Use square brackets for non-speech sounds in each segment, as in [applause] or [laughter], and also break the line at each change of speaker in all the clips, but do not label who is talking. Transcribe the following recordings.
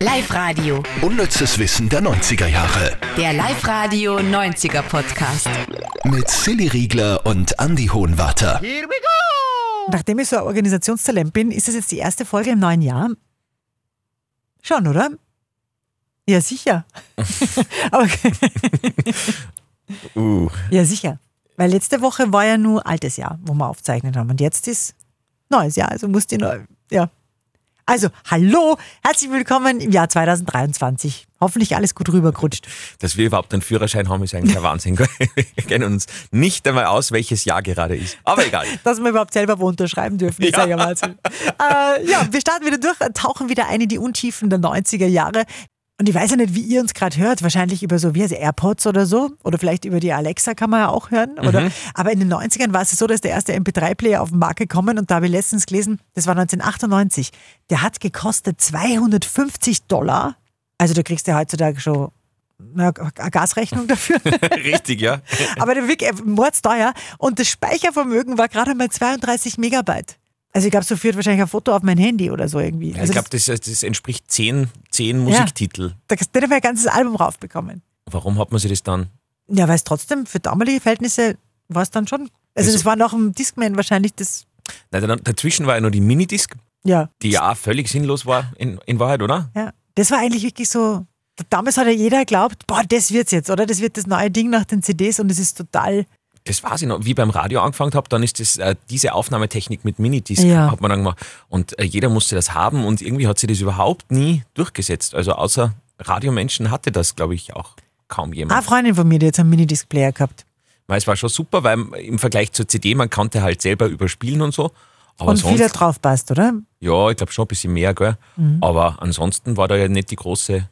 Live-Radio.
Unnützes Wissen der 90er Jahre.
Der Live-Radio 90er Podcast.
Mit Silly Riegler und Andy Hohenwarter.
Nachdem ich so ein Organisationstalent bin, ist es jetzt die erste Folge im neuen Jahr. Schon, oder? Ja, sicher. Aber,
Uh,
ja, sicher. Weil letzte Woche war ja nur altes Jahr, wo wir aufzeichnet haben. Und jetzt ist neues Jahr, also muss die neu. Ja. Also, hallo, herzlich willkommen im Jahr 2023. Hoffentlich alles gut rübergerutscht.
dass wir überhaupt einen Führerschein haben, ist eigentlich der Wahnsinn. gell? [laughs] Wir kennen uns nicht einmal aus, welches Jahr gerade ist. Aber
[laughs]
egal.
dass wir überhaupt selber wo unterschreiben dürfen, ist ja. ja Wahnsinn. äh, ja, wir starten wieder durch, tauchen wieder ein in die Untiefen der 90er Jahre. Und ich weiß ja nicht, wie ihr uns gerade hört. Wahrscheinlich über so, wie heißt es, AirPods oder so. Oder vielleicht über die Alexa kann man ja auch hören. Oder? Aber in den 90ern war es so, dass der erste MP3-Player auf den Markt gekommen und da habe ich letztens gelesen, das war 1998. Der hat gekostet 250 Dollar. Also da kriegst du heutzutage schon na, eine Gasrechnung dafür.
Richtig, ja.
Aber der wirklich mordsteuer. Und das Speichervermögen war gerade mal 32 Megabyte. Also ich glaube, so führt wahrscheinlich ein Foto auf mein Handy oder so irgendwie.
ja ich
also
glaube, das, das entspricht zehn, zehn Musiktitel.
das, da hätte man ein ganzes Album raufbekommen.
Warum hat man sich das dann?
Ja, weil es trotzdem für damalige Verhältnisse war es dann schon. Also
Also-
das war noch im Discman wahrscheinlich das,
Na, dann, dazwischen war ja nur die Minidisc,
ja,
die ja auch völlig sinnlos war in, in Wahrheit, oder?
ja. Das war eigentlich wirklich so, damals hat ja jeder geglaubt, boah, das wird's jetzt, oder? Das wird das neue Ding nach den CDs und es ist total,
Das weiß ich noch. Wie ich beim Radio angefangen habe, dann ist das äh, diese Aufnahmetechnik mit Minidisc,
Ja.
hat man dann gemacht. Und äh, jeder musste das haben und irgendwie hat sie das überhaupt nie durchgesetzt. Also außer Radiomenschen hatte das, glaube ich, auch kaum jemand.
ah, Freundin von mir, die hat jetzt einen Minidisc-Player gehabt.
Weil es war schon super, weil im Vergleich zur CD, man konnte halt selber überspielen und so. Aber
und viel
sonst,
da drauf passt, oder?
ja, ich glaube schon ein bisschen mehr, gell?
Mhm.
Aber ansonsten war da ja nicht die große.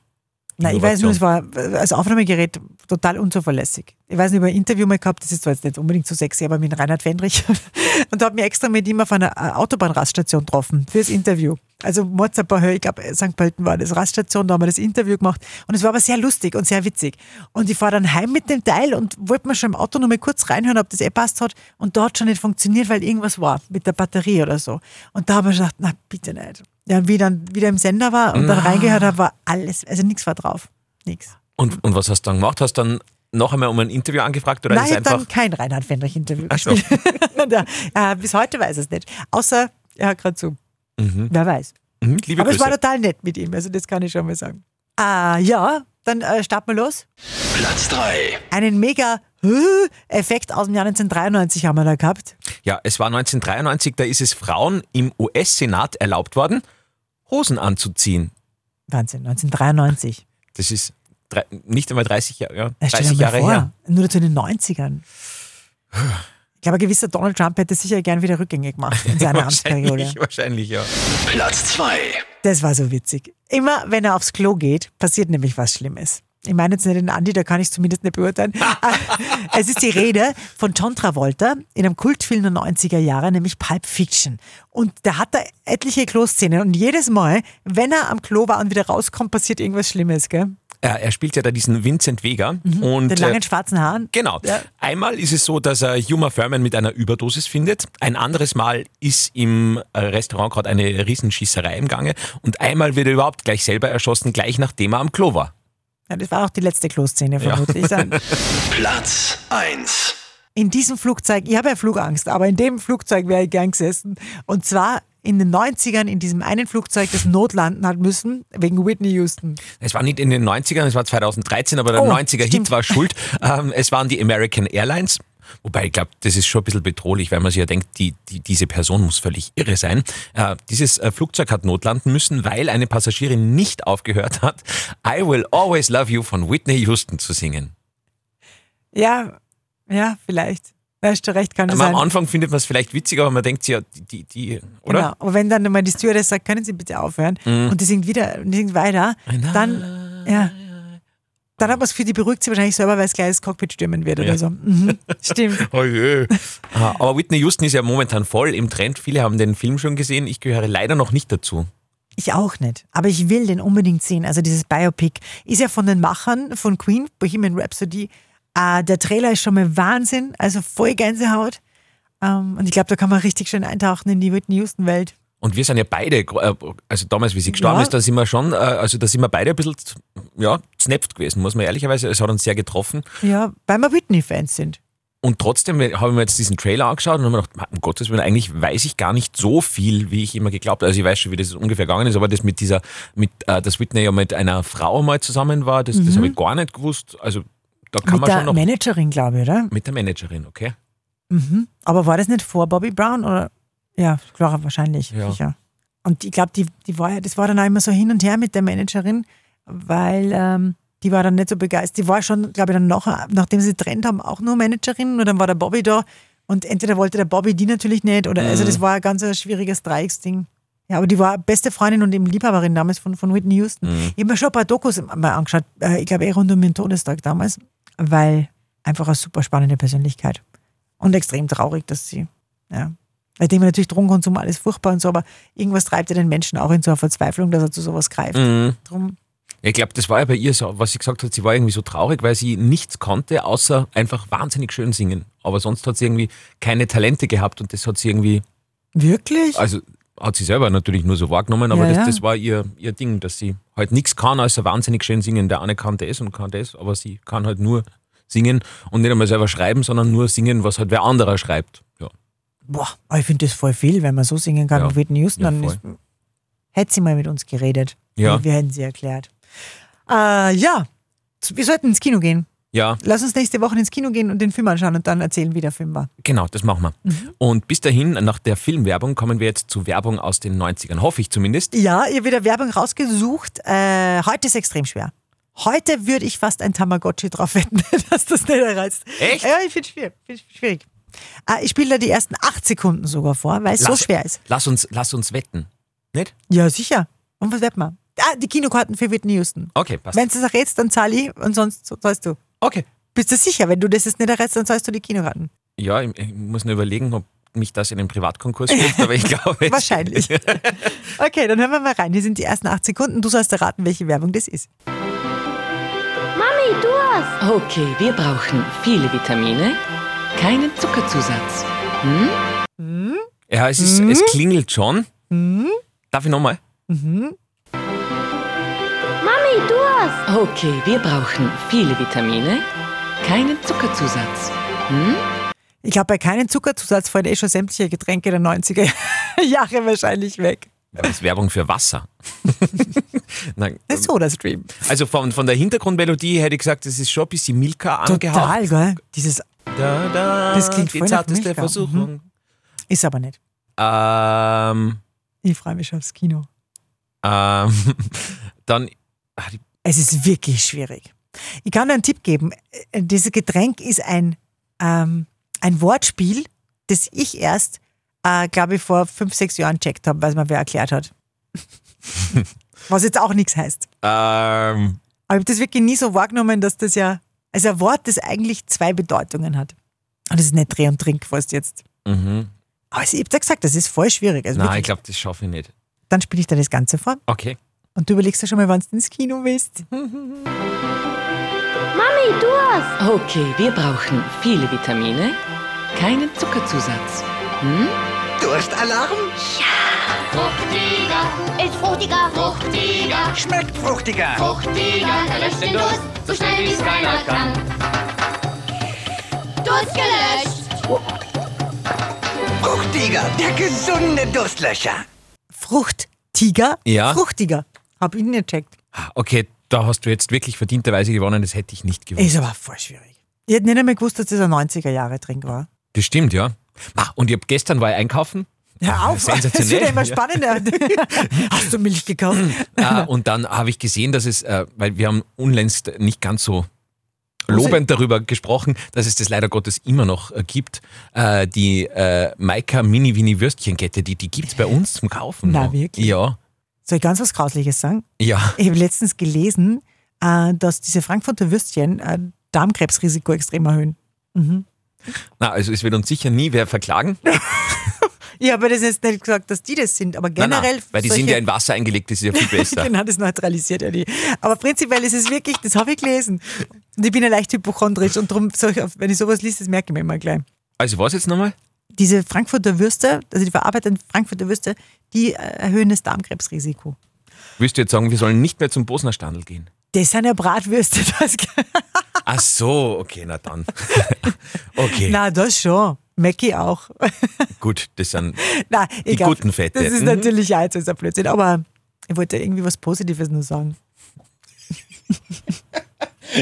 Nein, ich weiß nur, es war äh, als Aufnahmegerät total unzuverlässig. Ich weiß nicht, über ein Interview mal gehabt, das ist zwar jetzt nicht unbedingt so sexy, aber mit Reinhard Fendrich. [laughs] Und da habe ich extra mit ihm auf einer äh, Autobahnraststation getroffen fürs Interview. Also Mozapahö, ich glaube, St. Pölten war das Raststation, da haben wir das Interview gemacht. Und es war aber sehr lustig und sehr witzig. Und ich fahre dann heim mit dem Teil und wollte mir schon im Auto nur mal kurz reinhören, ob das eh passt hat. Und da hat schon nicht funktioniert, weil irgendwas war mit der Batterie oder so. Und da habe ich gedacht, na bitte nicht. Ja, und wie ich dann wieder im Sender war und dann reingehört habe, war alles, also nichts war drauf. Nix.
Und, und was hast du dann gemacht? Hast du dann noch einmal um ein Interview angefragt oder
Nein,
ist
ich
es
hab dann
einfach.
kein Reinhard Fendrich-Interview
Ach so.
gespielt. [laughs] ja, äh, bis heute weiß er es nicht. Außer er hat gerade zu. Wer weiß.
Mhm, liebe
Aber es war
Grüße.
total nett mit ihm, also das kann ich schon mal sagen. Ah, ja, dann äh, starten wir los.
Platz 3.
Einen mega äh, Effekt aus dem Jahr 1993 haben wir da gehabt.
Ja, es war 1993, da ist es Frauen im US-Senat erlaubt worden, Hosen anzuziehen.
Wahnsinn, 1993.
Das ist drei, nicht einmal 30, Jahre- ja,
Ja, stell dir
30
mal
Jahre
vor,
her.
Nur zu den 90ern. Ich glaube, ein gewisser Donald Trump hätte sicher gern wieder Rückgänge gemacht in seiner Amtsperiode.
[laughs] Wahrscheinlich, wahrscheinlich, ja.
Platz 2.
Das war so witzig. Immer wenn er aufs Klo geht, passiert nämlich was Schlimmes. Ich meine jetzt nicht den Andi, da kann ich es zumindest nicht beurteilen. [laughs] es ist die Rede von John Travolta in einem Kultfilm der 90er Jahre, nämlich Pulp Fiction. Und der hat da etliche Kloszenen. Und jedes Mal, wenn er am Klo war und wieder rauskommt, passiert irgendwas Schlimmes, gell?
Er, er spielt ja da diesen Vincent Vega. Und,
Mhm. Den
äh,
langen schwarzen Haaren.
Genau. Einmal ist es so, dass er Huma Thurman mit einer Überdosis findet. Ein anderes Mal ist im äh, Restaurant gerade eine Riesenschießerei im Gange. Und einmal wird er überhaupt gleich selber erschossen, gleich nachdem er am Klo war.
Ja, das war auch die letzte Kloszene, vermutlich. Dann.
Platz 1.
in diesem Flugzeug, ich habe ja Flugangst, aber in dem Flugzeug wäre ich gern gesessen. Und zwar in den 90ern in diesem einen Flugzeug, das notlanden hat müssen, wegen Whitney Houston.
Es war nicht in den 90ern, es war 2013, aber der
Oh,
90er-Hit
stimmt.
war
[laughs]
schuld. Ähm, es waren die American Airlines. Wobei, ich glaube, das ist schon ein bisschen bedrohlich, weil man sich ja denkt, die, die, diese Person muss völlig irre sein. Äh, dieses äh, Flugzeug hat notlanden müssen, weil eine Passagierin nicht aufgehört hat, I Will Always Love You von Whitney Houston zu singen.
Ja, ja, vielleicht. Da hast du recht, kann das
Aber
sein.
am Anfang findet man es vielleicht witzig, aber man denkt sich ja, die, die, die
Genau.
oder?
Aber wenn dann mal die Stewardess sagt, können Sie bitte aufhören und die singt wieder, und die singt weiter, dann, ja. Dann hat man das Gefühl, die beruhigt sie wahrscheinlich selber, weil es gleich das Cockpit stürmen wird oder so. Mhm, stimmt.
Oh je. Ah, aber Whitney Houston ist ja momentan voll im Trend. Viele haben den Film schon gesehen. Ich gehöre leider noch nicht dazu.
Ich auch nicht. Aber ich will den unbedingt sehen. Also dieses Biopic ist ja von den Machern von Queen, Bohemian Rhapsody. Äh, der Trailer ist schon mal Wahnsinn, also voll Gänsehaut. Ähm, und ich glaube, da kann man richtig schön eintauchen in die Whitney Houston-Welt.
Und wir sind ja beide, äh, also damals, wie sie gestorben
Ja.
ist, da sind wir schon, äh, also da sind wir beide ein bisschen, ja, znepft gewesen, muss man ehrlicherweise, es hat uns sehr getroffen.
Ja, weil wir Whitney-Fans sind.
Und trotzdem habe ich mir jetzt diesen Trailer angeschaut und habe mir gedacht, "Ma, um Gottes Willen, eigentlich weiß ich gar nicht so viel, wie ich immer geglaubt habe. Also ich weiß schon, wie das ungefähr gegangen ist, aber das mit dieser, mit, äh, dass Whitney ja mit einer Frau mal zusammen war, das, das habe ich gar nicht gewusst. Also da kann
Mhm. Mit
man
der
schon noch.
Managerin, glaube ich, oder?
mit der Managerin, okay?
Mhm. Aber war das nicht vor Bobby Brown oder? Ja, klar, wahrscheinlich,
Ja.
sicher. Und ich glaube, die, die war ja, das war dann auch immer so hin und her mit der Managerin, weil ähm, die war dann nicht so begeistert. Die war schon, glaube ich, dann noch, nachdem sie getrennt haben, auch nur Managerin und dann war der Bobby da und entweder wollte der Bobby die natürlich nicht oder also das war ein ganz ein schwieriges Dreiecksding. Ja, aber die war beste Freundin und eben Liebhaberin damals von, von Whitney Houston.
Mhm.
Ich habe mir schon ein paar Dokus mal angeschaut, äh, ich glaube eh rund um ihren Todestag damals, weil einfach eine super spannende Persönlichkeit. Und extrem traurig, dass sie, ja. Bei dem natürlich Drogenkonsum alles furchtbar und so, aber irgendwas treibt ja den Menschen auch in so einer Verzweiflung, dass er zu sowas greift.
Mhm.
Drum,
Ich glaube, das war ja bei ihr so, was sie gesagt hat, sie war irgendwie so traurig, weil sie nichts konnte, außer einfach wahnsinnig schön singen. Aber sonst hat sie irgendwie keine Talente gehabt und das hat sie irgendwie,
wirklich?
also hat sie selber natürlich nur so wahrgenommen, aber
Ja,
das,
ja.
das war ihr, ihr Ding, dass sie halt nichts kann, außer wahnsinnig schön singen. Der eine kann das und kann das, aber sie kann halt nur singen und nicht einmal selber schreiben, sondern nur singen, was halt wer anderer schreibt. Ja.
Boah, aber ich finde das voll viel, wenn man so singen kann
Ja.
mit Whitney Houston,
Ja,
dann ist, hätte sie mal mit uns geredet.
Ja.
Wir hätten sie erklärt. Äh, ja, wir sollten ins Kino gehen.
ja,
Lass uns nächste Woche ins Kino gehen und den Film anschauen und dann erzählen, wie der Film war.
Genau, das machen wir.
Mhm.
Und bis dahin, nach der Filmwerbung, kommen wir jetzt zu Werbung aus den 90ern. Hoffe ich zumindest.
Ja, ihr habt wieder Werbung rausgesucht. Äh, heute ist extrem schwer. Heute würde ich fast ein Tamagotchi drauf wetten, [laughs] dass das nicht erreicht.
Echt?
Ja, ich finde es schwierig. Find ich schwierig. Äh, ich spiele da die ersten acht Sekunden sogar vor, weil es so
Lass-
schwer ist.
Lass uns, lass uns wetten. Nicht?
Ja, sicher. Und was wetten wir? Ah, die Kinokarten für Whitney Houston.
Okay, passt.
Wenn du das errätst, dann zahle ich und sonst zahlst du.
Okay.
Bist du sicher? Wenn du das jetzt nicht errätst, dann zahlst du
[laughs]
die Kinokarten.
Ja, ich, ich muss nur überlegen, ob mich das in den
[laughs]
Privatkonkurs führt, aber ich glaube. es- [laughs]
Wahrscheinlich. Okay, dann hören wir mal rein. Hier sind die ersten acht Sekunden. Du sollst erraten, welche Werbung das ist.
Mami, Durst!
Okay, wir brauchen viele Vitamine, keinen Zuckerzusatz.
Ja, es, ist,
Mhm.
es klingelt schon. Darf ich nochmal?
Mami, Durst!
Okay, wir brauchen viele Vitamine, keinen Zuckerzusatz.
Ich glaube, bei keinem Zuckerzusatz fallen eh schon sämtliche Getränke der 90er [laughs] Jahre wahrscheinlich weg.
Das ist Werbung für
[laughs]
Wasser. Nein.
Das ist Soda-Stream.
Also von, von der Hintergrundmelodie hätte ich gesagt, es ist schon ein bisschen Milka angehaucht.
Total, gell? Dieses
Da, da,
Das klingt
die
voll nach
zarteste
Milka. Mhm.
Versuchung.
ist aber nicht.
Ähm,
Ich freue mich schon aufs Kino.
ähm, [laughs] dann
Es ist wirklich schwierig. Ich kann dir einen Tipp geben. Äh, Dieses Getränk ist ein, ähm, ein Wortspiel, das ich erst, äh, glaube ich, vor fünf, sechs Jahren checkt habe, weil es mir wer erklärt hat. Was jetzt auch nichts heißt.
Ähm,
Aber ich habe das wirklich nie so wahrgenommen, dass das ja, also ein Wort, das eigentlich zwei Bedeutungen hat. Und das ist nicht Dreh und Trink, was du jetzt.
mhm.
Aber ich habe ja gesagt, das ist voll schwierig. Also
Nein,
wirklich.
ich glaube, das schaffe ich nicht.
dann spiele ich dir das Ganze vor.
Okay.
Und du überlegst dir schon mal, wann du ins Kino willst.
Mhm.
Mami, Durst!
Okay, wir brauchen viele Vitamine, keinen Zuckerzusatz.
Fruchtiger,
Ist fruchtiger,
fruchtiger,
Schmeckt fruchtiger.
fruchtiger, er löscht den Durst, so schnell wie's keiner kann. Durst gelöscht!
Fruchtiger. Der gesunde Durstlöcher.
Fruchttiger?
Ja.
Fruchtiger. Hab ich nicht gecheckt.
Okay, da hast du jetzt wirklich verdienterweise gewonnen, das hätte ich nicht gewusst.
Ist aber voll schwierig. Ich hätte nicht einmal gewusst, dass das ein 90er-Jahre-Trink war.
Das stimmt, ja. Ah, und ich hab, gestern war ich einkaufen
Hör auf, das
sensationell.
wird ja
[laughs]
immer spannender. Hast du Milch gekauft?
äh, und dann habe ich gesehen, dass es, äh, weil wir haben unlängst nicht ganz so lobend darüber gesprochen, dass es das leider Gottes immer noch äh, gibt, äh, die äh, Maika Mini-Wini-Würstchenkette, die, die gibt's bei uns zum Kaufen.
Na,
noch.
wirklich?
Ja,
Soll ich ganz was Grausliches sagen?
ja.
Ich habe letztens gelesen, äh, dass diese Frankfurter Würstchen äh, Darmkrebsrisiko extrem erhöhen.
Na, also es wird uns sicher nie wer verklagen.
Ja, aber das ist nicht gesagt, dass die das sind, aber generell.
nein, nein, weil die sind
solche-
ja in Wasser eingelegt, das ist ja viel besser.
[laughs] Genau, das neutralisiert ja die. Aber prinzipiell ist es wirklich, das habe ich gelesen. Und ich bin ja leicht hypochondrisch und darum, wenn ich sowas liest, das merke ich mir immer gleich.
Also was jetzt nochmal?
diese Frankfurter Würste, also die verarbeiteten Frankfurter Würste, die äh, erhöhen das Darmkrebsrisiko.
Willst du jetzt sagen, wir sollen nicht mehr zum Bosner Standel gehen?
Das sind ja Bratwürste. [laughs] Das,
Ach so, okay, na dann. [laughs] Okay,
na, das schon. Mackie auch.
gut, das sind
Na,
Die
egal.
guten Fette.
Das ist
Mhm.
natürlich ja jetzt ist ein Blödsinn, aber ich wollte irgendwie was Positives nur sagen.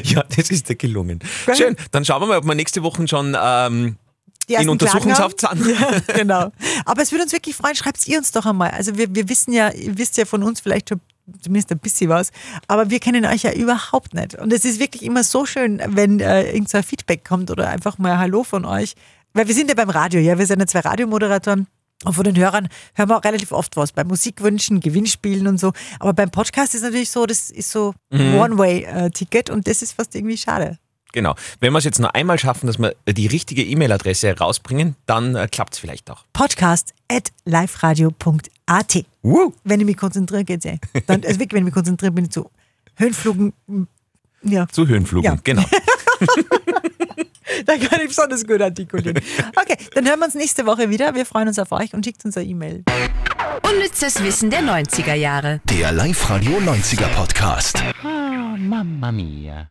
Ja, das ist dir gelungen. Schön, dann schauen wir mal, ob wir nächste Woche schon ähm,
Die
in
ersten
Untersuchungshaft
Klagen
sind.
haben. Ja, genau. Aber es würde uns wirklich freuen, schreibt ihr uns doch einmal. Also wir, wir wissen ja, ihr wisst ja von uns vielleicht schon zumindest ein bisschen was, aber wir kennen euch ja überhaupt nicht. Und es ist wirklich immer so schön, wenn äh, irgendein Feedback kommt oder einfach mal Hallo von euch. Weil wir sind ja beim Radio, ja, wir sind ja zwei Radiomoderatoren. Und von den Hörern hören wir auch relativ oft was. Bei Musikwünschen, Gewinnspielen und so. Aber beim Podcast ist natürlich so, das ist so One-Way-Ticket und das ist fast irgendwie schade.
[laughs] Genau. Wenn wir es jetzt noch einmal schaffen, dass wir die richtige E-Mail-Adresse herausbringen, dann äh, klappt es vielleicht auch.
podcast at liveradio.at. Wenn ich mich konzentriere, geht's eh. Dann, also wirklich, wenn ich mich konzentriere, bin ich zu Höhenflugen. mm, Ja,
Zu Höhenflugen,
Ja. [laughs]
genau.
da kann ich besonders gut artikulieren. Okay, dann hören wir uns nächste Woche wieder. Wir freuen uns auf euch und schickt uns eine E-Mail.
Unnützes Wissen der 90er Jahre.
Der Live-Radio 90er Podcast.
Ah, Mamma mia.